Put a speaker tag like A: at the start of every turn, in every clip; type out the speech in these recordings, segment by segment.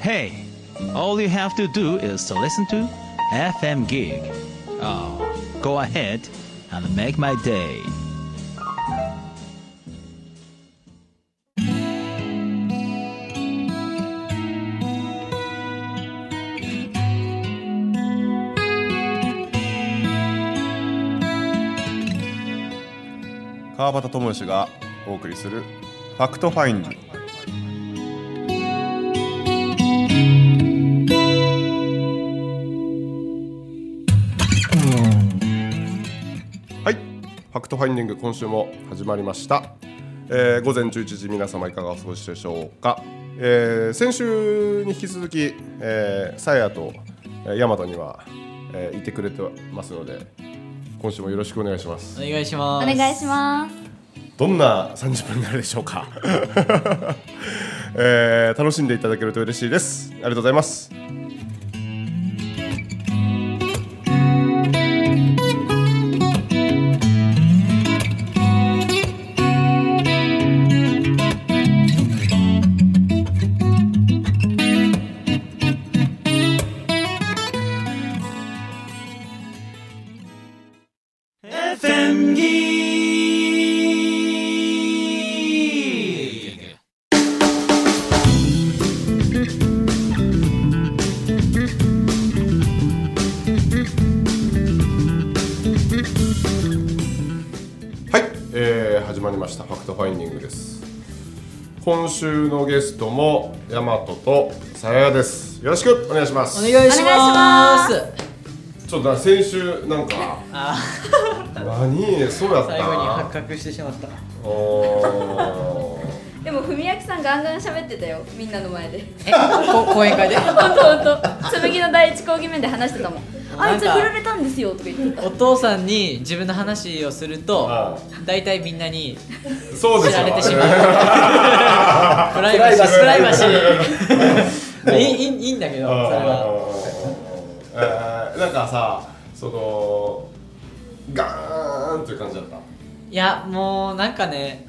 A: Hey, all you have to do is to listen to FM Gig. Oh, go ahead and make my day.
B: 川端智之がお送りする「ファクトファインディ」はい「ファクトファインディング」今週も始まりました、えー午前11時皆様いかがお過ごしでしょうか、えー先週に引き続きえーさや、とえー大和には、えーいてくれてますので今週もよろしくお願いします
C: お願いします
D: お願いします。
B: どんな30分になるでしょうか、 えー楽しんでいただけると嬉しいですありがとうございますはい、えー始まりましたファクトファインディングです今週のゲストもヤマトとさやですよろしくお願いします
C: お願いします
B: ちょっとな先週なんか何そうやった
C: 最後に発覚してしまった
B: おー
D: でも文明さんガンガン喋ってたよ。みんなの前で。
C: えこ講演会 で
D: 本当本当。紬の第一講義面で話してたもん。あいつ振られたんですよとか言ってた。
C: お父さんに自分の話をすると
B: あ
C: 大体みんなに
B: そうで
C: 知
B: すよ
C: られてしまうプライバシープライバシーいいいいいいんだけどそれは
B: えーなんかさそのガーンっていう感じだった
C: いやもうなんかね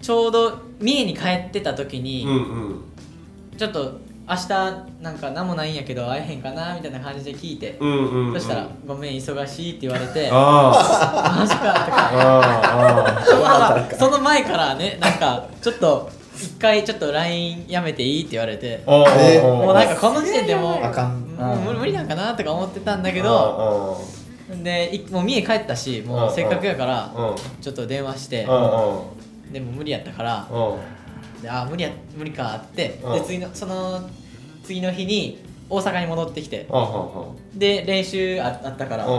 C: ちょうど三重に帰ってた時に、
B: うんうん
C: ちょっと明日なんか何もないんやけど会えへんかなみたいな感じで聞いて、
B: うんうん、うん、
C: そしたら「ごめん忙しい」って言われて「マ
B: あ
C: ジか」ってか
B: ああ
C: まあまあその前からねなんかちょっと一回ちょっと LINE やめていいって言われて
B: ああ
E: えー
C: もうなんかこの時点でも
E: あかん
C: うもう無理なんかなとか思ってたんだけ
B: け
C: どでいもう三重帰ったしも
B: あ
C: うせっかくやから
B: うんうん
C: ちょっと電話して
B: う
C: でも無理やったから
B: んうん
C: であー無理や無理かってで
B: うん
C: 次のその次の日に大阪に戻ってきて
B: う
C: で練習ああったから
B: んう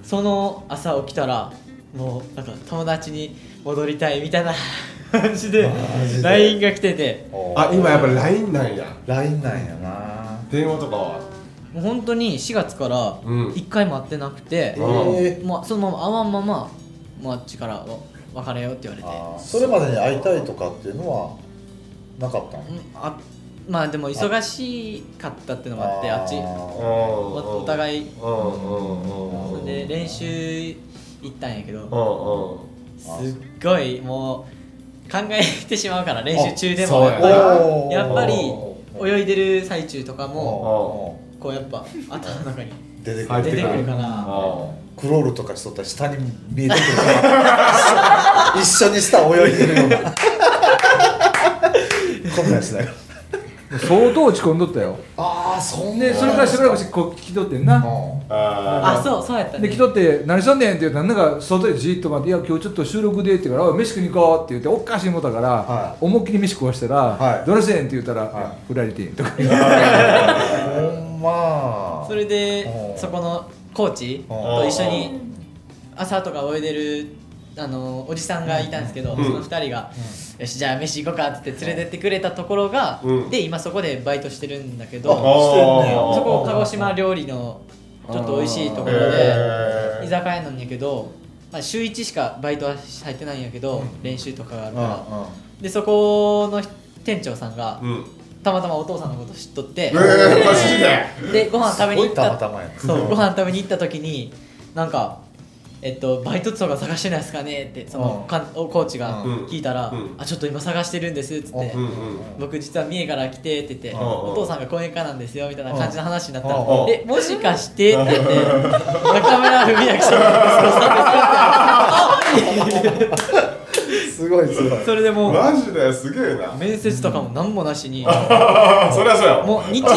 B: ん
C: その朝起きたらもうなんか友達に戻りたいみたいな 感じで
E: マジで
C: LINE が来てて
B: あ今やっぱり LINE なんや
E: LINE なんやな
B: 電話とかは
C: もう本当に4月から
B: うん
C: 1回も会ってなくて、
E: え
C: まあ、そのまま会わんまま、まあ、あっちからお別れよって言われて
E: ーそれまでに会いたいとかっていうのはなかったの
C: うんあまあでも忙しかったってのもあってあっちおお
B: い
C: 互い
B: うんうんうん
C: で練習行ったんやけ
B: う
C: ど
B: んうん
C: すっごいもう考えてしまうから練習中で
B: あそう
C: も
B: や
C: やっ
B: な
C: ぱり
E: お
C: や
E: ー
C: っぱり
B: お
C: 泳いでる最中とかも
E: お
C: こうやっぱ頭の中に
E: ー出てく
B: 入
E: る
B: って
C: 出
B: く
C: てくるか
B: あ
C: ら
B: あ
E: クロールとかしとったら下に見えてくるから 一緒に下泳いでるようなこんなんしない
F: 相当落ち込んどったよ
E: ああそん
F: でそれからしばらくしてこう来とってんな
B: あ
C: あそうそうやったね
F: で来とって「何しとんねん」って言うたらなんか外でじーっと待って「いや今日ちょっと収録で」って言うから「おい飯食いに行こう」って言っておっかしいもんだから、
E: は
F: 思いっきり飯食わしたら「
E: はい
F: どれせん」って言うたら「
E: は
F: 振られてん」とか
E: ほんま
C: それで
E: うん
C: そこのコーチ
E: うん
C: と一緒に朝とか泳いでるあのおじさんがいたんですけど、
B: ん
C: その2人が、よしじゃあ飯行こうかって言って連れてってくれたところが、
B: うん
C: で今そこでバイトしてるんだけ
B: あ
C: ど、
E: してんねや
B: あ
C: そこ鹿児島料理のちょっと美味しいところで
B: へー
C: 居酒屋なんやけど、まあ、週1しかバイトは入ってないんやけど、練習とかがあるから、でそこの店長さんが、
B: うん
C: たまたまお父さんのこと知っとって、
B: えーマジで
C: でご飯食べに行っ
E: すごいた
C: た
E: またまやな
C: そうご飯食べに行った時になんかえっと、バイトとか探してないですかねってその
E: うん
C: かんコーチが
B: うん
C: 聞いたら、
B: うん
C: あちょっと今探してるんですっつって、
B: うんうん
C: 僕実は三重から来てって言って、
B: ん
C: お父さんが講演家なんですよみたいな感じの話になったら、
E: うん
C: えもしかしてって言って中村文明さんの息子さんですよっ てあ
E: すごいすごい
C: それでもう
B: マジですげえな
C: 面接とかも何もなしに
B: あそりゃそうや
C: もう日日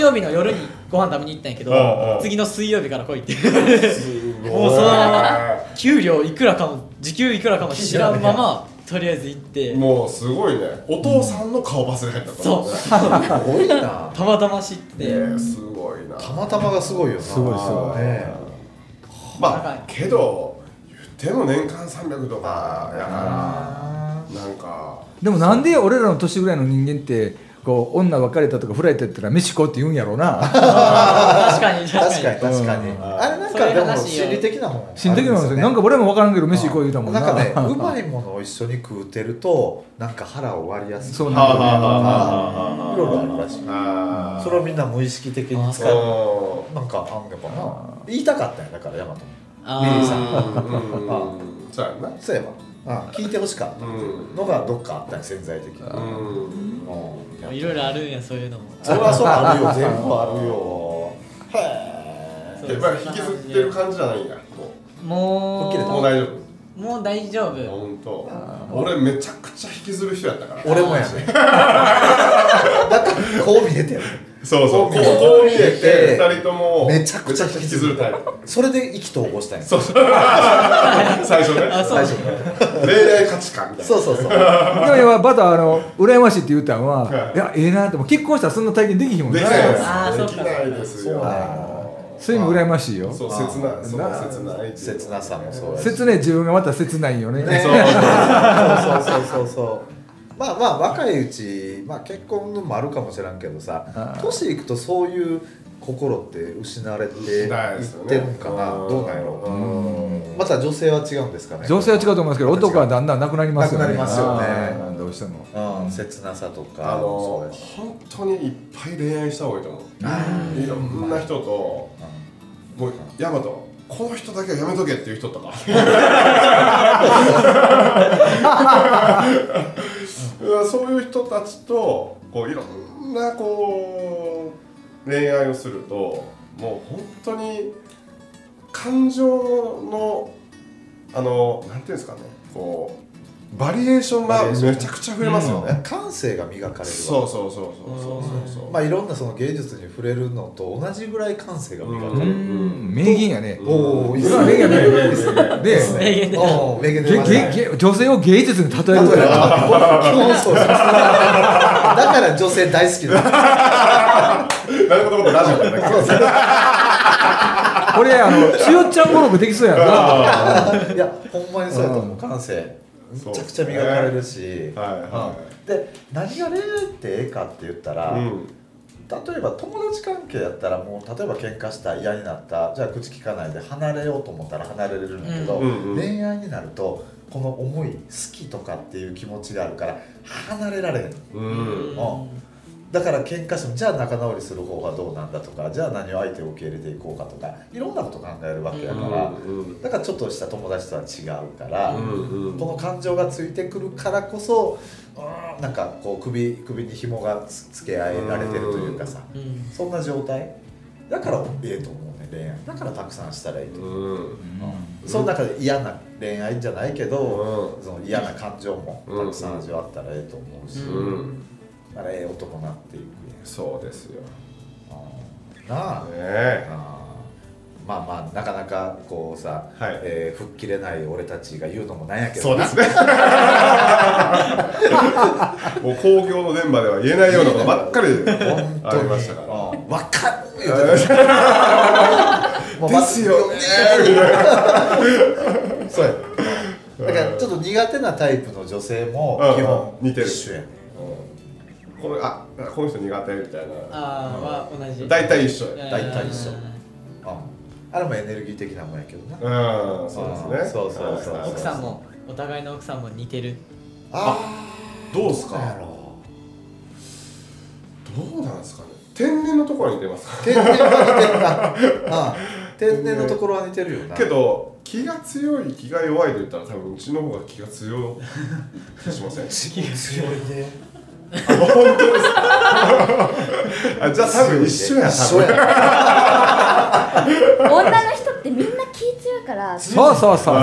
C: 曜日の夜にご飯食べに行ったんやけ
B: うんう
C: ど
B: ん
C: 次の水曜日から来いってもうそのまま給料いくらかも時給いくらかも知らんままとりあえず行って
B: もうすごいねお父さんの顔バスに入ったからね
C: そう
E: すごいな
C: たまたま知って、
B: ねえすごいな
E: たまたまがすごいよなす
F: ごいすごい
E: ね
B: まあけど言っても年間300とかやからなんか
F: でもなんで俺らの年ぐらいの人間ってこう女別れたとか振られたって言ったら飯食おうって言うんやろうな
C: 確かに
E: 確かに
F: かに
E: 確かに
B: うん
E: あれなん
C: そう
E: か
C: いう
E: でも
C: 話よ
E: 心理的なもんある
F: 死んできなんですよなん
E: か
F: か俺も分からんけど飯行こう言うたもんな
E: なんか ね
F: うん
E: うまいものを一緒に食うてるとなんか腹を割りやすく
F: そう
E: な
F: なん
E: ると
F: だよ
E: か
F: ね
E: いろいろあるらしい
B: あ
E: それをみんな無意識的に使う
B: そ
E: なんかあんのかな言いたかったんやだからヤマトも
C: あ
E: う
C: ー
E: ん
B: ううんそうやな
E: そういえば、うん、聞いてほしかったっていうのがどっかあったね潜在的に
B: うん
E: うん
C: いろいろあるんやそういうのも
E: それはそうあるよ全部あるよへ
C: そう
B: やっぱり引きずってる感じじゃないんやこ
C: も
E: 吹っ切れ
B: う
E: た
B: もう大丈夫
C: うもう大丈夫
B: 本当。俺めちゃくちゃ引きずる人やったから
E: え俺もやね だからこう見えてる
B: そうそうこう
E: こう見え
B: こう見えて
E: て
B: 二人とも
E: めちゃくちゃ引きずる
B: めちゃくちゃ引きずるタイプ
E: それで意気投合したんや
B: そうそう最初ね
C: あそう
E: 最初ね
B: 恋愛価値観みたいな
E: そうそうそう
F: でも今バターあの羨ましいって言ったんは、
B: はい
F: い、やええなってもう結婚したらそんな体験できひんもん
B: で
F: ね
B: きないです
C: あーそう
B: でき
C: か
B: ないですよ
E: そうなん
F: そういう意味羨ましいよ
B: そう切ないそう
F: な
B: 切ない
E: 切なさもそうやし
F: 切ない自分がまた切ないよね
B: そう
E: そうそうそうそうまあまあ若いうち、まあ、結婚のもあるかもしれんけどさ年いくとそういう心って失われていっ
B: ないですよね
E: てるんかなどうなんやろうまた女性は違うんですかね
F: 女性は違うと思いますけど男はだんだんなくなりますよね
E: なくなりますよね
F: あーどうしても
E: うん切なさとか
B: あ
E: そ
B: の
E: うやし
B: 本当にいっぱい恋愛した方がいいと思ういろんな人ともうヤマトこの人だけはやめとけっていう人 とかうんそういう人たちとこういろんなこう恋愛をするともう本当に感情のあのなんていうんですかねこうバリエーションがめちゃくちゃ増えますよね。
E: 感性が磨かれる
B: そう
E: わ
B: そうそうそうそうそうそう。
E: まあいろんなその芸術に触れるのと同じぐらい感性が磨か
F: う
E: れる、
F: ん名言やね
E: おおいいっ
F: うわ名言やねで
C: 名言で
E: おお名言
F: げ
E: 出ましたね
F: げげ女性を芸術に例えると
E: 例えば
F: いう
E: そうそうそうだから女性大好きだ
B: なるほどことラジオだね。
E: そうそう
F: これあのしおちゃん語録できそうやんな
E: うんいやほんまにそうやと思う感性めちゃくちゃ磨かれる
B: は
E: し、
B: いは
E: で何が恋愛ってええかって言ったら、
B: い。
E: 例えば友達関係やったらもう例えば喧嘩した嫌になったじゃあ口聞かないで離れようと思ったら離れれるんだけど、
B: うんうんうん
E: 恋愛になるとこの思い好きとかっていう気持ちがあるから離れられへん、
B: うん。
E: うんだから喧嘩してもじゃあ仲直りする方がどうなんだとかじゃあ何を相手を受け入れていこうかとかいろんなこと考えるわけやから、
B: うん
E: だからちょっとした友達とは違うから、
B: うんうん
E: この感情がついてくるからこそ、うんなんかこう首首に紐がつつけ合えられてるというかさ、
C: うん
E: そんな状態だからええと思うね恋愛だからたくさんしたらいいと思う、
B: うん。
E: その中で嫌な恋愛じゃないけど、
B: うん
E: その嫌な感情もたくさん味わったらええと思うし、
C: うん
B: うん。
E: だからええ男になっていくや
B: そうですよ。ね
E: んなあ
B: え。
E: あーまあまあなかなかこうさ、
B: はい
E: えー吹っ切れない俺たちが言うのもなんやけど
B: そうですね。もう公共の電波では言えないようなことばっかりありましたから。
E: うんわかるよ言うてたもうま
B: ですよね
E: そうやだからちょっと苦手なタイプの女性も
B: うん
E: 基本
B: 似てる
E: 一緒やね
B: このあこの人苦手みたいな。
C: あーは同じ
B: 大体一緒や。
E: 大体一緒うんあれもエネルギー的なもんやけどな
B: うん。そうですね。
E: そうそうそう
B: はい
C: 奥さんもお互いの奥さんも似てる
E: あ
B: どうです
E: あや
B: か。
E: ろ
B: どうなんですかね。天然のところに出ますか。
E: 天然は似てるなうん天然のところは似てるよ な
B: けど気気が強い気が弱いで言ったら多分うちの方が気が強いしません
G: 気が強いね
B: あ本当ですかあじゃあ多分一緒や多分
E: や
D: 女の人ってみんな気強いから
F: そうそうそう
B: ああ
F: そう
B: ああ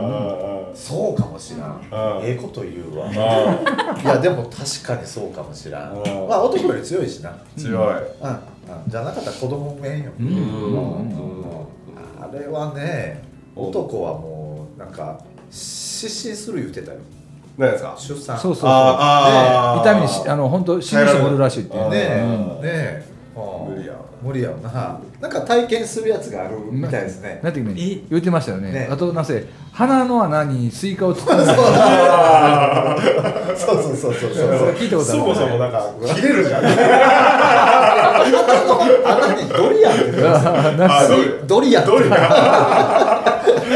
B: あ
E: そうかもしらん
B: あ
E: ええこと言うわ
B: ああ
E: いやでも確かにそうかもしらん
B: うん
E: まあ男より強いしな
B: あ強い
E: うんうんじゃなかったら子供もえんよ
F: うん
E: あれはね
B: うん
E: 男はもうなんか失神する言ってたよ
B: 何ですか
E: 出産
F: そう
E: ね
F: そう
B: ああ
F: 痛みにしあの本当死ぬ人もおるらしいっていう
B: あ
F: ね
E: え
B: うん
E: ねえうん
B: 無理やわ
E: 無理やんななんか体験するやつがあるみたいですね
F: なんていうの
C: え
F: 言ってましたよね
E: ね
F: あとなぜ鼻の穴にスイカを突っ込んだ
E: そうそうそう そうそう
F: 聞いたことある
B: そもそもなんか切れるじゃん
E: 穴にドリアンって言うんで
B: あどう
E: すよドリアンって
B: どういう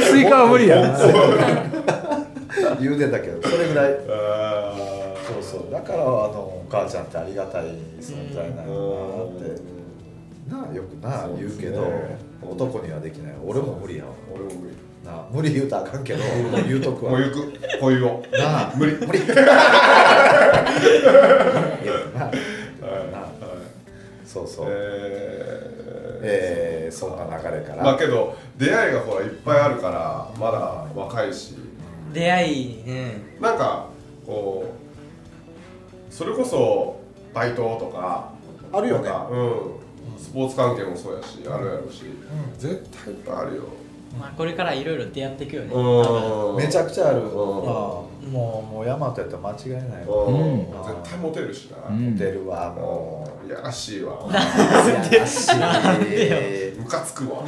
F: スイカは無理やな
E: 言うてたけどそれぐらい
B: あ
E: そうそうだからあのお母ちゃんってありがたい存在なんだなってなあよくなあ
B: そう
E: 言
B: で
E: う
B: すね
E: けど男にはできない俺も無理やわ
B: 俺も無理
E: なあ無理言うたらあか んけどもう言うとく
B: も
E: わ
B: う
E: な
B: 行くこういうを
E: あ
B: 無理
E: 無理 いやなあなあそうそう
B: えー
E: えーそんな流れから
B: まあけど出会いがほらいっぱいあるからまだ若いし
C: 出会いね
B: なんかこうそれこそバイトとか
E: あるよね
B: なんかうんスポーツ関係もそうやしあるやろし、絶対いっぱいあるよ
C: まあこれからいろいろ出会っていくよね
B: う
C: 多
B: ん
E: めちゃくちゃある
B: ん
E: もうもうヤマトやったら間違いないわ
B: うん
F: うん
B: 絶対モテるしな、
F: うん
E: 出るわも
B: もういやらしいわ
E: う悔しい
B: ムカつくわ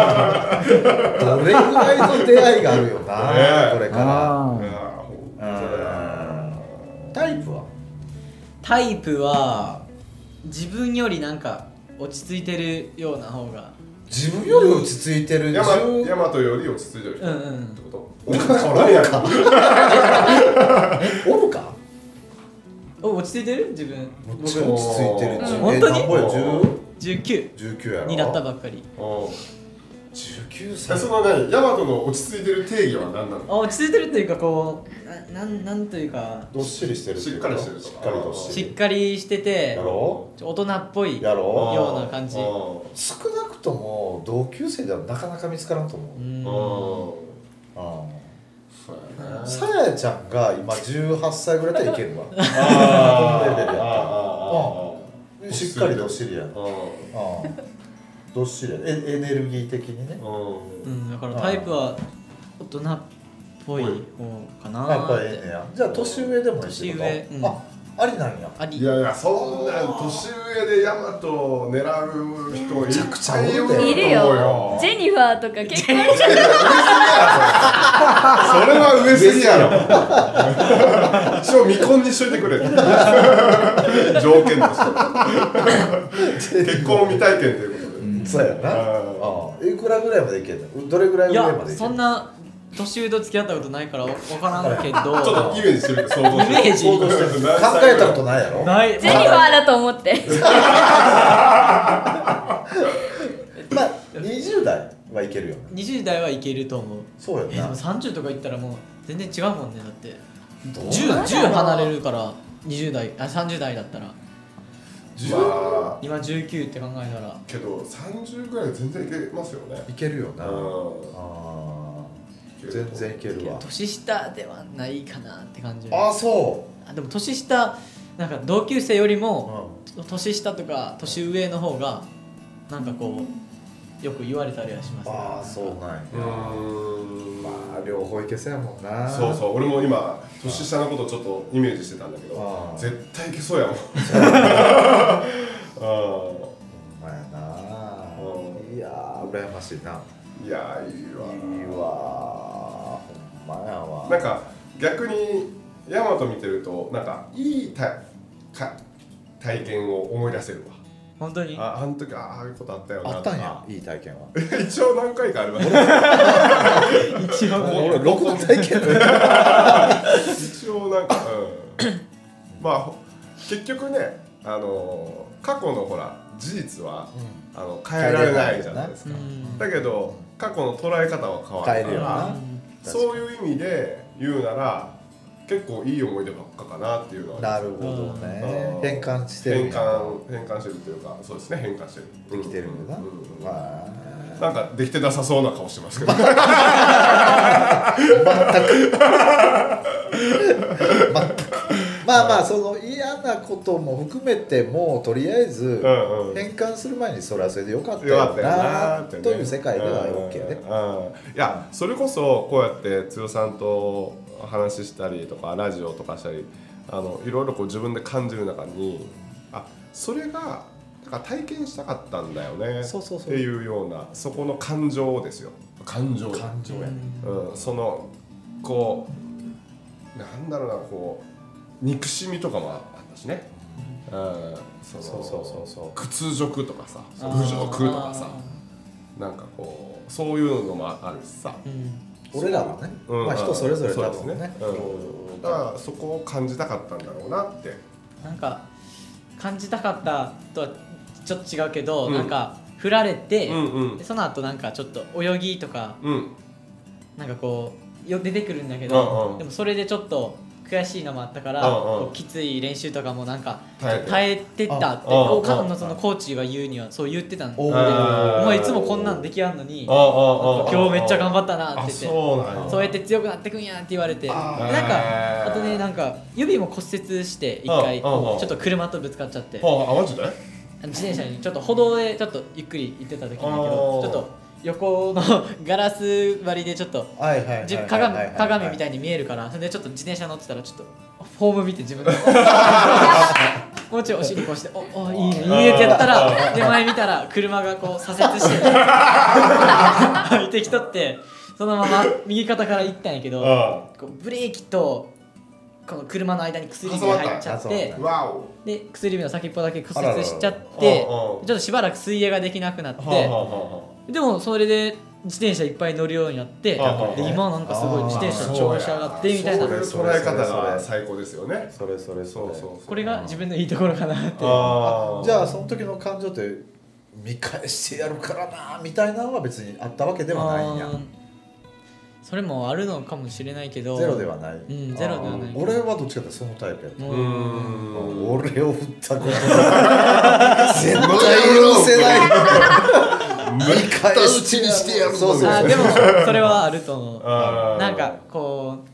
E: どれぐらいの出会いがあるよな、
B: ねえ
E: これか
F: あ
B: い
F: ー
B: やほんと
E: らうんタイプは
C: 分タイプは自分よりなんか落ち着いてるような方が
E: 自分より落ち着いてる
B: ヤマ
E: 自分
B: ヤマトより落ち着いてる人
C: うん
B: っ
C: う
B: て
C: ん
B: こ
E: おるかおるか おるか
C: お落ち着いてる自分
E: めっ
C: 僕
E: ちゃ落ち着いてる
B: うん
E: 自分
C: 本当に
E: えーなんぼや
C: 19
E: 10 19やろ
C: になったばっかり
B: とうん
E: 19歳
B: えその何ヤマトの落ち着いてる定義は何なの
C: あ落ち着いてるというかこうななんなんというか
E: どっしりしてるってい
B: しっ
E: う
B: かりしてる
E: しっかりどっし
C: し
E: り
C: っかりしてて
E: やろ
C: ちょ大人っぽい
E: やろ
C: ような感じ
B: うん
E: 少なくとも同級生ではなかなか見つからんと思う
C: う
B: うん
C: ん
E: う
B: そうやなん
E: さやちゃんが今18歳ぐらいだったらいける わ
B: あーあーあーあー
E: しっかりどっしりやん
B: うん
E: うんどっしりやえエネルギー的にね
B: うん
C: うんだからタイプは大人っぽい方かな
E: やっぱり
C: っ
E: ええ
C: て
E: ねやじゃあ年上でもいいし
C: 年上うん
E: あありなんや
C: あり
B: いやいやそんなん年上でヤマトを狙う人いっぱい
E: ちゃくちゃおる
B: い
E: で
B: ると思う
D: いるよジェニファーとか結婚してる
B: それは上すぎやろ一応未婚にしといてくれ条件として結婚未体験ということで、
E: そうやな
B: あ
E: あいくらぐらいまでいけるのどれぐらい
C: い
E: ぐらいま
C: や
E: でいけ
C: そ
E: る
C: んな年上と付き合ったことないから分から んけど
B: ちょっとイメージしてみて想像して
C: イメージ
B: 想像してみて
E: 考えたことないやろ
C: ない
D: ジェニファーだと思って
E: まあ20代はいけるよね
C: 20代はいけると思う
E: そう
C: えで
E: や
C: も
E: な
C: 30とかいったらもう全然違うもんねだって
E: どう
C: 10, 10離れるから20代あ30代だったら
B: まあ
C: 今19って考えたら
B: けど30ぐらいで全然いけますよね
E: いけるよな
B: うん
E: あー全然いけるわ
C: 年下ではないかなって感じ
E: ああそ
C: あでも年下なんか同級生より
E: う、
C: も年下とか年上の方がなんかこうよく言われたりはしますね
E: ああそうなんや、
B: うん
E: まあ両方いけそうやもんな
B: そうそう俺も今年下のことちょっとイメージしてたんだけど
E: あー
B: 絶対いけそうや もんうん
E: ほんまやな
B: うん
E: いやー羨ましいない
B: やーいいわ
E: いいわーほんまやわ
B: なんか逆にヤマト見てるとなんかいいたか体験を思い出せるわ
C: 本当に
B: ああの時あああいうことあったよな
E: あったんやいい体験は
B: 一応何回かありました
C: 一応
E: 俺録音体験
B: 一応なんか、うん、まあほ結局ねあのー過去のほら事実は、あの変えられないじゃないですか、
C: うん
B: だけど過去の捉え方は変わる
E: 変えるよな
B: そういう意味で言うなら結構いい思い出ばっかかなっていうのは
E: なるほどね
B: うん
E: 変換してるん
B: 変
E: や
B: 換変換してるというかそうですね変換してる
E: できてるんだな
B: うんうんうん
E: まあ
B: なんかできてなさそうな顔して ますけど
E: まあまあその嫌なことも含めてもうとりあえず
B: うんうん
E: 変換する前にそれはそれでよかった
B: よか
E: よ
B: ったよな
E: な
B: ーってね
E: という世界では OK ね。
B: うんいやそれこそこうやって剛さんと話したりとかラジオとかしたりあのいろいろこう自分で感じる中にあそれがなんか体験したかったんだよね
E: そうそうそう
B: っていうようなそこの感情ですよ感情
E: 感情や
B: うん、そのこうなんだろうなこう憎しみとかもあったしね、うん、その
E: そうそうそうそう
B: 屈辱とかさ
C: あー
B: 侮辱とかさなんかこうそういうのもあるしさ、
C: うん
E: 俺らはね、
B: うん
E: まあ人それぞれ
B: そう
E: 多
B: です
E: 分ね
B: うん、だからそこを感じたかったんだろうなって
C: なんか感じたかったとはちょっと違うけど、
B: うん
C: なんか振られて、
B: うんうん
C: でその後なんかちょっと泳ぎとか
B: うん
C: なんかこうよ出てくるんだけど、
B: うんうん
C: でもそれでちょっと悔しいのもあったから、
B: うんうん
C: こうきつい練習とかもなんか
B: 耐えて
C: 耐えてったって
B: うんうん
C: お
B: う
C: か
B: ん
C: のそのコーチが言うにはそう言ってたんで
E: お
C: お
E: ー
C: 前いつもこんなんできあんのに
B: あああああ
C: 今日めっちゃ頑張ったな
B: あ
C: って言って
B: そうなんや
C: そうやって強くなってくんやって言われてで
B: あ
C: な
B: ー
C: んかあとねなんか指も骨折して一回
B: う
C: ち
B: んうんうん
C: ょっと車とぶつかっちゃって
B: ああマジで
C: 自転車にちょっと歩道でちょっとゆっくり行ってた時だけどち
B: おー
C: ょっと横の ガラス張りでちょっと
E: はいはいはい
C: じ鏡鏡みた
E: い
C: いに見えるからそれでちょっと自転車乗ってたらちょっとフォーム見て自分 のもうちょいお尻こうして「おおいいねいいね」ってやったらで前見たら車がこう左折 して入ってきとってそのまま右肩から行ったんやけど
B: あ
C: こうブレーキとこの車の間に薬指が入っちゃっ
E: 挟まった挟
C: て
E: ま
B: あわお
C: で薬指の先っぽだけ骨折しちゃっ
B: あ
C: て
B: ららら
C: ちょっとしばらく水泳ができなくなって。
B: はあはあはあ
C: でもそれで自転車いっぱい乗るようになって
B: ああ
C: で今なんかすごい自転車調子上がってみたい
B: そういう
C: な
B: 捉え方が最高ですよね
E: それそれそれ
C: これが自分のいいところかなって
B: あ
E: じゃあその時の感情って見返してやるからなみたいなのは別にあったわけではないんや
C: あーそれもあるのかもしれないけど
E: ゼロではない、
C: んゼロではない
E: あー俺はどっちかってそのタイプやった、
C: も
B: う
C: う
B: ーん
E: 俺を振ったことない絶対許せない 見返してやるそうそう
C: あーでもそれはあると思う
B: あー
C: なんかこう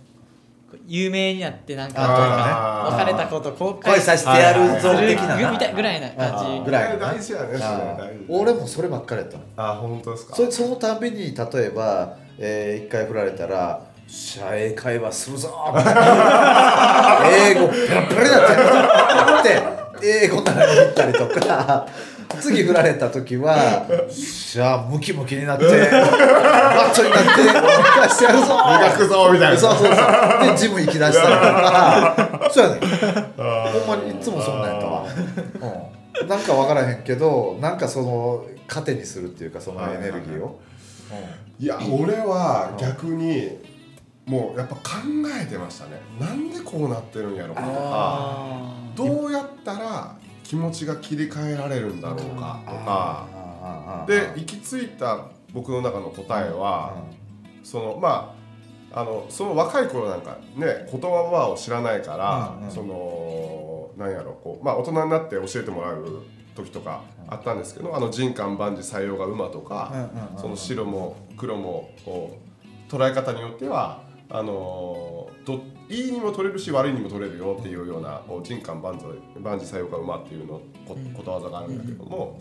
C: 有名になってなんか
B: あー
C: 別れたこと後悔
E: 恋させてやるぞ的なな
C: みたいぐらいな感
E: あー
C: じ
E: ぐらいな
B: 大事やねそれ
E: あ
B: 大
E: ー
B: 事
E: 俺もそればっかりやったの
B: あ本当ですか
E: それそのたびに例えば、えー、1回振られたら「社英会話するぞ!」英語ペラペラになってって英語並べに行ったりとか次振られた時は「しゃあムキムキになってマッチョになって出してやるぞ!」
B: 磨くぞみたいな
E: そうそうそうでジム行きだしたりとかそうやねほんまにいつもそんなんやったわ、うん、なんか分からへんけどなんかその糧にするっていうかそのエネルギーを、
B: いや俺は逆にもうやっぱ考えてましたねなんでこうなってるんやろうかとか
C: あー
B: どうやったら気持ちが切り替えられるんだろうかとか
E: あー
B: で行き着いた僕の中の答えは、そのまああのその若い頃なんかね言葉を知らないから、
E: うんうん
B: そのなんやろこうまあ大人になって教えてもらう時とかあったんですけど、あの人間万事採用が馬とか、
E: うんうんうんうん
B: その白も黒もこう捉え方によってはあのどいいにも取れるし悪いにも取れるよっていうようなこう人間万事万事採用が馬っていうのこことわざがあるんだけども、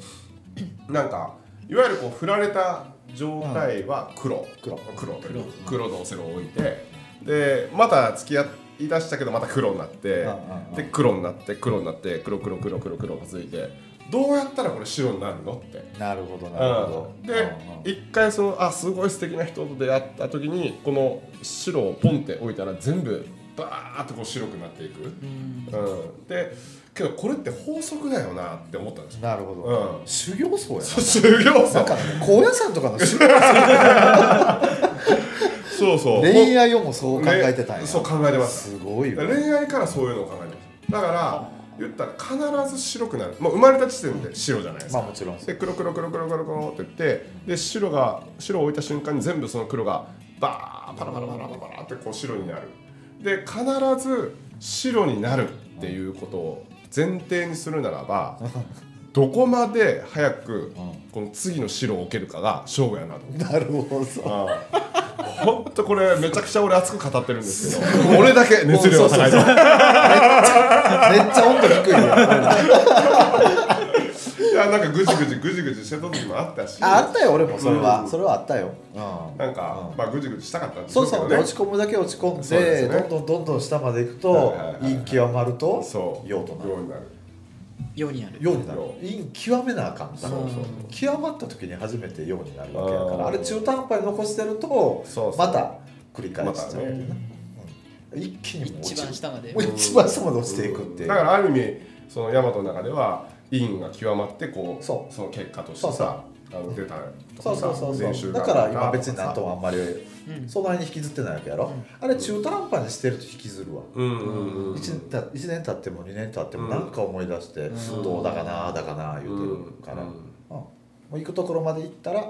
B: なんかいわゆるこう振られた状態は黒、黒黒という黒とおセロを置いてでまた付き合いだしたけどまた黒になって、
E: うんうんうん
B: で黒になって黒になって黒黒黒黒黒が続いてどうやったらこれ白になるのって。
E: なるほどなるほ
B: う
E: ど
B: んで一回そのあすごい素敵な人と出会った時にこの白をポンって置いたら全部バーッとこう白くなっていく、
C: うん
B: うん、でけどこれって法則だよなって思ったんですよ
E: なるほど、
B: うん
E: 修行僧やな
B: 修行
E: な
B: 僧
E: んか高野山とかの修行
B: そうそう
E: 恋愛をもそう考えてたんや
B: ねそう考えてます
E: すごいよ
B: 恋愛からそういうのを考えてますだから言ったら必ず白くなるもう生まれた時点で白じゃないです
E: ま
B: か、
E: あもちろん
B: で黒黒黒黒黒黒って言ってで白が白を置いた瞬間に全部その黒がバーパラパラパラパラパラってこう白になるで必ず白になるっていうことを前提にするなら ばどこまで早くこの次の白を置けるかが勝負やなと思って
E: なるほど
B: 本当これめちゃくちゃ俺熱く語ってるんですけど 俺だけ熱量が高いと
E: めっちゃ温度低い よ
B: いやなんかぐじぐじぐじぐじしてた時もあったし
E: ああったよ俺もそれは、
B: うん
E: それはあったよ、うん
B: なんか、まあぐじぐじしたかったんでし
E: そ
B: ょ
E: うそう、
B: けどね
E: 落ち込むだけ落ち込ん
B: そうで
E: で、
B: すね
E: どんどんどんどん下まで行く
B: はい
E: と
B: はいはい
E: 陰極まると
B: そう
E: 陽となる
B: ようになる
C: ようになる
E: 陽になる
B: 陽
E: 陰極めなあかんだから
C: そうそう
E: 極まった時に初めて陽になるわけやか
B: あー
E: らあれ中途半端に残してると
B: そうそう
E: また繰り返
B: ま
E: しち
B: た
E: ゃう、
B: ね
E: 一気にもう落
C: 一
E: ちる
C: 番下まで
E: もう一番下まで落ちていくっていう、
B: だからある意味そのヤマトの中では陰が極まってこう
E: そう
B: の結果としてさあの出たと
E: そ
B: か
E: うそうそう
B: 練習
E: そ
B: が
E: うだから今別になんともあんまり
C: ん
E: そんなに引きずってないわけやろ、あれ中途半端にしてると引きずるわ、
B: うんうんうんうん
E: 一年た一年経っても二年経って
B: う
E: も
B: ん
E: なんか思い出して、
C: うん
E: どうだかなあだかなあ言うてるから、
B: うん
E: うんもう行くところまで行ったらだ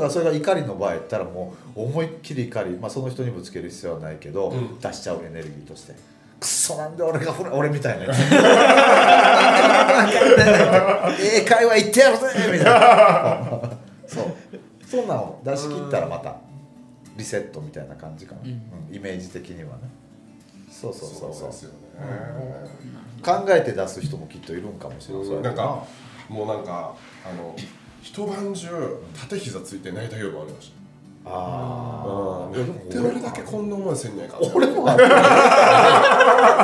E: からそれが怒りの場合やったらもう思いっきり怒り、まあ、その人にぶつける必要はないけど、
B: うん
E: 出しちゃうエネルギーとしてくそなんで俺がほら俺みたい なやつええ会話行ってやるぜみたいなそうそんなの出し切ったらまたリセットみたいな感じかな、
C: うん
E: うんイメージ的にはねそうそうそうそう
B: ですよね
E: 考えて出す人もきっといるんかもしれない、
B: うんなんかもうなんかあの一晩中縦膝ついて泣いた夜もありました
E: ああ
B: でも俺だけこんな思いせんねえか
E: 俺もあっ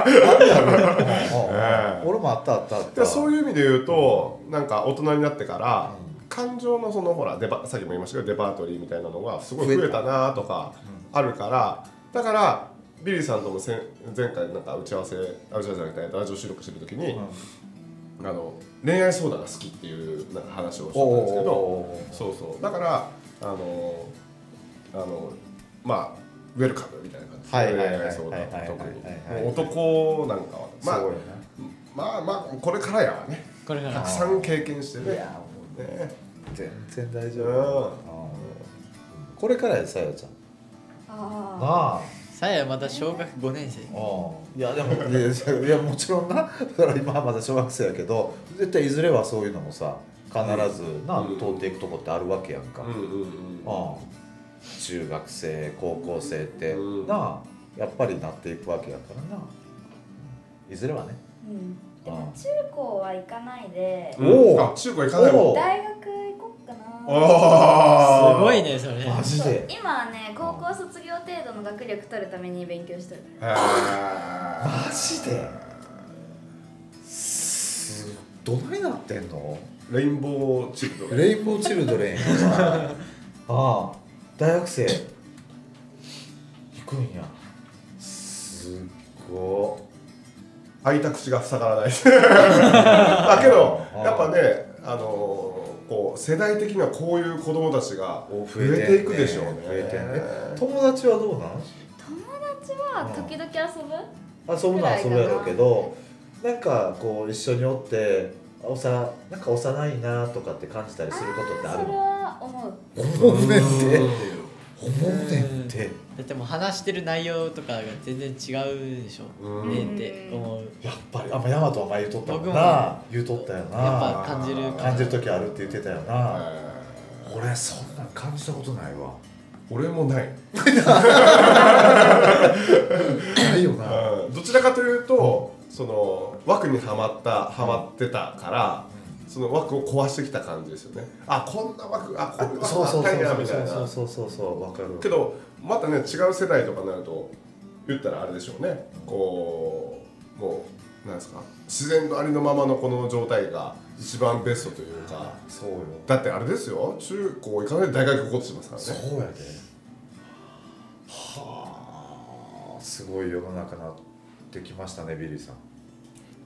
E: た俺もあったあったあった
B: でそういう意味で言うとなんか大人になってから、感情のそのほらデパさっきも言いましたけどデパートリーみたいなのがすごい増えたなとかあるから、だからビリーさんともせん前回なんか打ち合わせあ打ち合わせじゃなくてラジオ収録してる時に、あの恋愛相談が好きっていうなんか話をしてたんですけど
E: おー
B: そうそうだからあのあのまあウェルカムみたいな感じで
E: はいはいはいはい
B: 恋愛相談特に
E: はいはいはいはい
B: もう男なんかはまあ
E: すごいな
B: まあまあこれからやわね
C: これか
B: た
C: ら
B: くさん経験して
E: い
B: ね
E: やもう
B: ね
E: 全然大丈
B: う
E: 夫
B: ん
E: うんこれからやさよちゃん
D: あ
E: ああ
C: さやまだ小学5年生
E: うんいやでもいやいやもちろんなだから今はまだ小学生やけど絶対いずれはそういうのもさ必ずな、
B: うん
E: 通っていくとこってあるわけやんか、
B: うんうんうん
E: うん中学生高校生って、
B: うん
E: なあやっぱりなっていくわけやからなうんいずれはね
D: ーうんで
E: あ
D: も中高は行かないで
E: んおー
B: あ中高行かないもん
E: おー
D: 大学行こっかな
B: あー
C: すごいねそれ
E: マジで
D: 今はね高校卒業程度の学力取るために勉強してる
B: へー
E: マジですどないなってんの
B: レインボーチルドレン
E: レインボーチルドレンあ あ大学生行くんやすっご
B: 開いた口が塞がらない だけど
E: あー
B: やっぱねあのーこう世代的にはこういう子供たちが
E: お
B: 増えていくでしょうね
E: 増えてんね友達はどうなん
D: 友達は時々遊ぶ
E: 遊ぶのは遊ぶやろうけどなんかこう一緒におっておさなんか幼いなとかって感じたりすることってあ
D: そ
E: る
D: れ
E: の
D: は思う
E: 思うねん
B: う
E: っ
B: ん
E: て思うねんって
C: だってもう話してる内容とかが全然違うでしょ
B: うん
C: ねえって思う
E: やっぱりあんまヤマトは前言うとったもん
C: 僕
E: な
C: も
E: 言うとったよな
C: やっぱ感じる
B: あー
E: 感じる時あるって言ってたよな、
B: へ
E: 俺そんなん感じたことないわ
B: ー俺もない
E: ないよな
B: うんどちらかというとその枠にはまったはまってたからその枠を壊してきた感じですよねあこんな枠あこんな
E: そう
B: 枠あ
E: そ
B: っ
E: う
B: たんや
E: そう
B: みたい
E: そう
B: な
E: そうそうそうわかる
B: けどまたね違う世代とかになると言ったらあれでしょうねこうもうなんですか自然のありのままのこの状態が一番ベストというか
E: そうよ
B: だってあれですよ中高行かないで大学行こうとしますからね
E: そうやではあすごい世の中になってきましたねビリーさん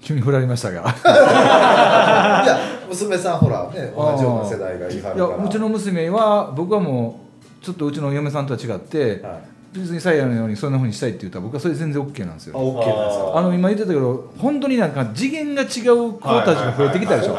F: 急に振られましたが
E: いや娘さんほらね同じような世代がいはる
F: い
E: か
F: や
E: ら
F: うちの娘は僕はもうちょっとうちの嫁さんとは違って、
E: はい
F: 別にサイヤのようにそんなふうにしたいって言ったら僕はそれ全然 OK なんですよ
E: オッケーなんです
F: あの今言ってたけど本当になんか次元が違う子たちが増えてきたでしょ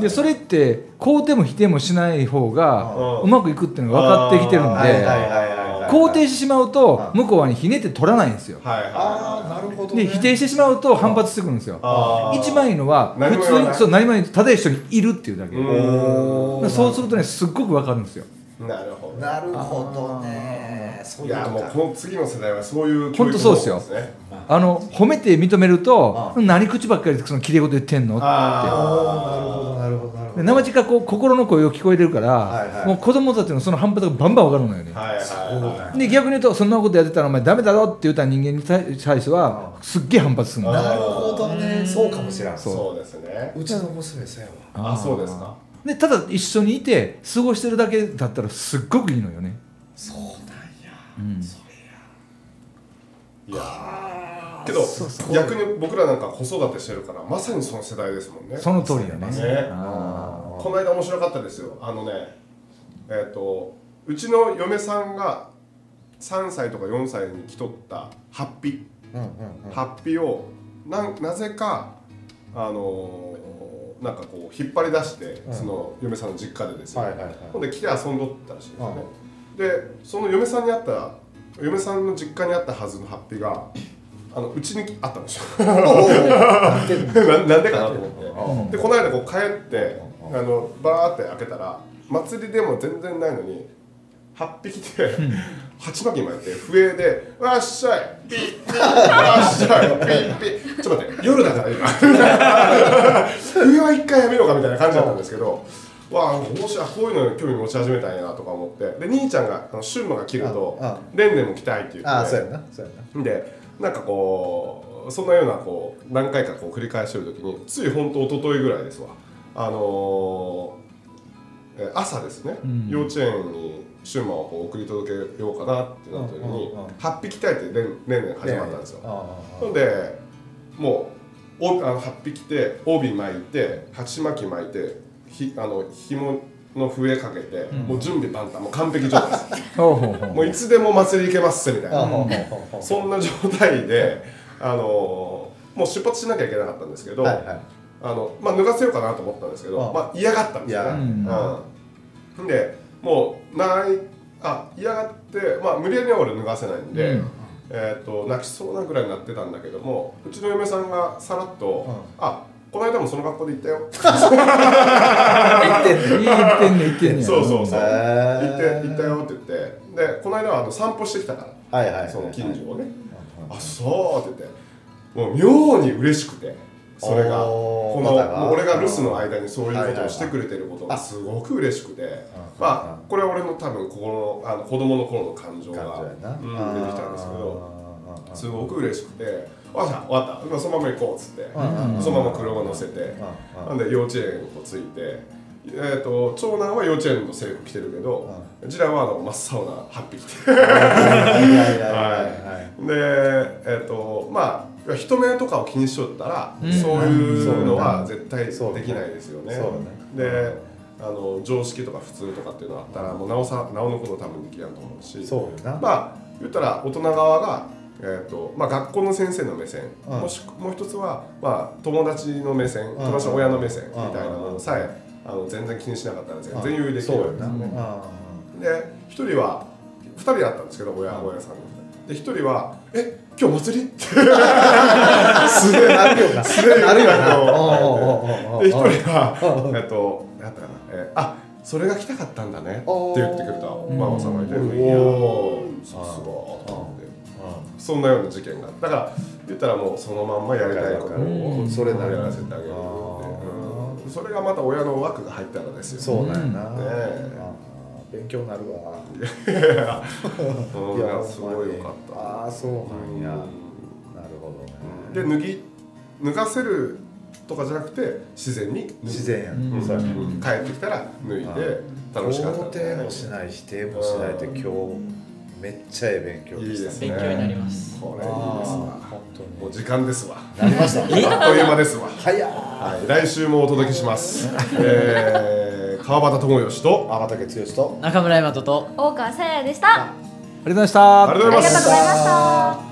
F: でそれって肯定も否定もしない方がうまくいくっていうのが分かってきてるん
E: はいはいはい
F: で
E: はいはい
F: 肯定してしまうと向こうはひねって取らないんですよ
B: はいはい
E: ああなるほどね
F: で否定してしまうと反発してくるんですよ
B: あー
F: 一番いいのは
B: 何
F: 普
B: も言わない
F: 通にそう何も言わないただ一緒にいるっていうだけ
B: うーん
F: そうするとねすっごく分かるんですよ
B: なるほ
E: なるほどねそ
B: ど
E: う
B: い
E: いう
B: やも
E: こ
B: うこの次の世代はそういう
F: ほんとそうですよ
B: 教育方法ね
F: あの褒めて認めると何口ばっかりでその綺麗事言ってんのって
E: とかなるほどなるほ
F: で生地かこう心の声を聞こえてるから、
E: いはい
F: もう子供たちのその反発がバンバン分かるのよね、
B: はいはいは
F: で逆に言うとそんなことやってたらお前ダメだろって言った人間に対対してはすっげえ反発するの
B: あー
E: どなるほどねそうかもしれん
B: い
E: そう
B: そうですね
E: うちの娘そうやわ
B: あそうですか
F: でただ一緒にいて過ごしてるだけだったらすっごくいいのよね
E: そうなんやそれや
B: いやーけど逆に僕らなんか子育てしてるからまさにその世代ですもんね
F: その通りよね
B: ね
F: あ
B: この間面白かったですよあのねえっ、とうちの嫁さんが3歳とか4歳に来とったハッピ
E: うんうん
B: ーハッピーをなんなぜかあのーなんかこう引っ張り出して、その嫁さんの実家でですよ、
E: はいはいはい
B: ほんで来て遊んどったらしいですよね、でその嫁さんに会ったら嫁さんの実家にあったはずのハッピーがあのうちにあったんですよ ななんでかなと思ってでこの間こう帰ってあのバーって開けたら祭りでも全然ないのに8匹で8の木巻いて笛で「わっしゃいピッピッわっしゃいピッピッ」ちょっと待って夜だから今笛は一回やめようかみたいな感じだったんですけど。わあ面白いこういうのに興味持ち始めたんやなとか思ってで兄ちゃんがあの旬のが着ると
E: ああ
B: レンレンも着たいって言って
E: ああそうやなそうやな
B: でなんかこうそんなようなこう何回かこう繰り返してる時につい本当一昨日ぐらいですわあのーえ朝ですね、幼稚園にシューマンをこう送り届けようかなってなった時に
E: うんうんうん
B: 8匹鍛えて連連々始まったんですよ、
E: あ
B: ほんでもうおあの8匹来て帯巻いて鉢巻き巻いてひあの紐の笛かけて、もう準備万端もう完璧状態です
F: ーほうほうほう
B: もういつでも祭り行けますみたい
E: ああ
B: な
E: あほうほうほうほう
B: そんな状態で、あのもう出発しなきゃいけなかったんですけど、
E: はいはい
B: あのまあ、脱がせようかなと思ったんですけど、
E: あ
B: まあ、嫌がったんですよね。
F: 嫌
B: うんでもうないあ嫌がって、まあ、無理やりは俺脱がせないんで、
F: うん
B: えー、と泣きそうなぐらいになってたんだけどもうちの嫁さんがさらっと「あこの間もその格好で行ったよ」
F: いい言ってんねん言ってんね ん
B: そうそうそう「
E: へー
B: 行って行ったよ」って言ってでこの間はあの散歩してきたから。
E: はいはいはい
B: その近所をね「あそう」って言ってもう妙に嬉しくてそれが
E: おー
B: この
E: またが
B: もう俺が留守の間にそういうことをしてくれてることがすごく嬉しくてまあこれは俺の多分心のあの子供の頃の感情が
E: 感じやな
B: うん出てきたんですけどすごく嬉しくて「わかったわかった今そのまま行こう」っつってそのまま車乗せて
E: うん
B: なんで幼稚園を着いて。えー、と長男は幼稚園の制服着てるけど次男はあの真っ青なハッピー着て
E: はいはいはいはいはい
B: でえっ、とまあ人目とかを気にしとったら、そういうのは絶対できないですよね。
E: そうだね
B: であの常識とか普通とかっていうのがあったらもうなおさなおのこと多分できやんと思うし
E: そうよな
B: まあ言ったら大人側が、えーとまあ、学校の先生の目線、
E: うん
B: もしくもう一つは、まあ、友達の目線
E: ん
B: 友達の親の目線みたいな
E: うん
B: ものさえあの全然気にしなかったら全然有利でき
E: そう
B: る
E: よ
B: んです
E: な
B: よね。
E: うん
B: で1人は2人だったんですけど親親さんので1人は「え今日祭り?」っ て
E: すげえなるよなすげえなるよな
B: うん
E: おうおうおうおう
B: で1人はえっとなんだかな「えあそれが来たかったんだね」って言ってくれたママさんがいて「
E: うん
B: いやーさすが」と思ってそんなような事件があっただから言ったらもうそのまんまやりたいこと
E: う
B: を
E: んそれな
B: や
E: り
B: らせてあげるってうんそれがまた親の枠が入ったらですよ
E: そうなんやな
B: ねえ
E: あー勉強になるわ
B: うんいやすごいよかった
E: ああそうなんや
B: う
E: なるほどね
B: で脱ぎ脱がせるとかじゃなくて自然に脱ぐ
E: 自然や
B: うん
E: ねそうやね
B: 帰ってきたら脱いで楽しかった
E: 肯定もしない否定もしないって今日めっちゃええ勉強
B: いい
E: で
B: です
E: し
B: ね
C: 勉強になります
B: これいいです
E: た
B: わ
E: あー本当に
B: もう時間ですわ
E: なりまし た
B: あっという間ですわ
E: 早っ
B: はい来週もお届けします、えー、川端智義と
E: 天竹剛と
C: 中村大和と
D: 大川さやでした
F: りがとうございました
B: ありがとうございます
D: ありがとうございました。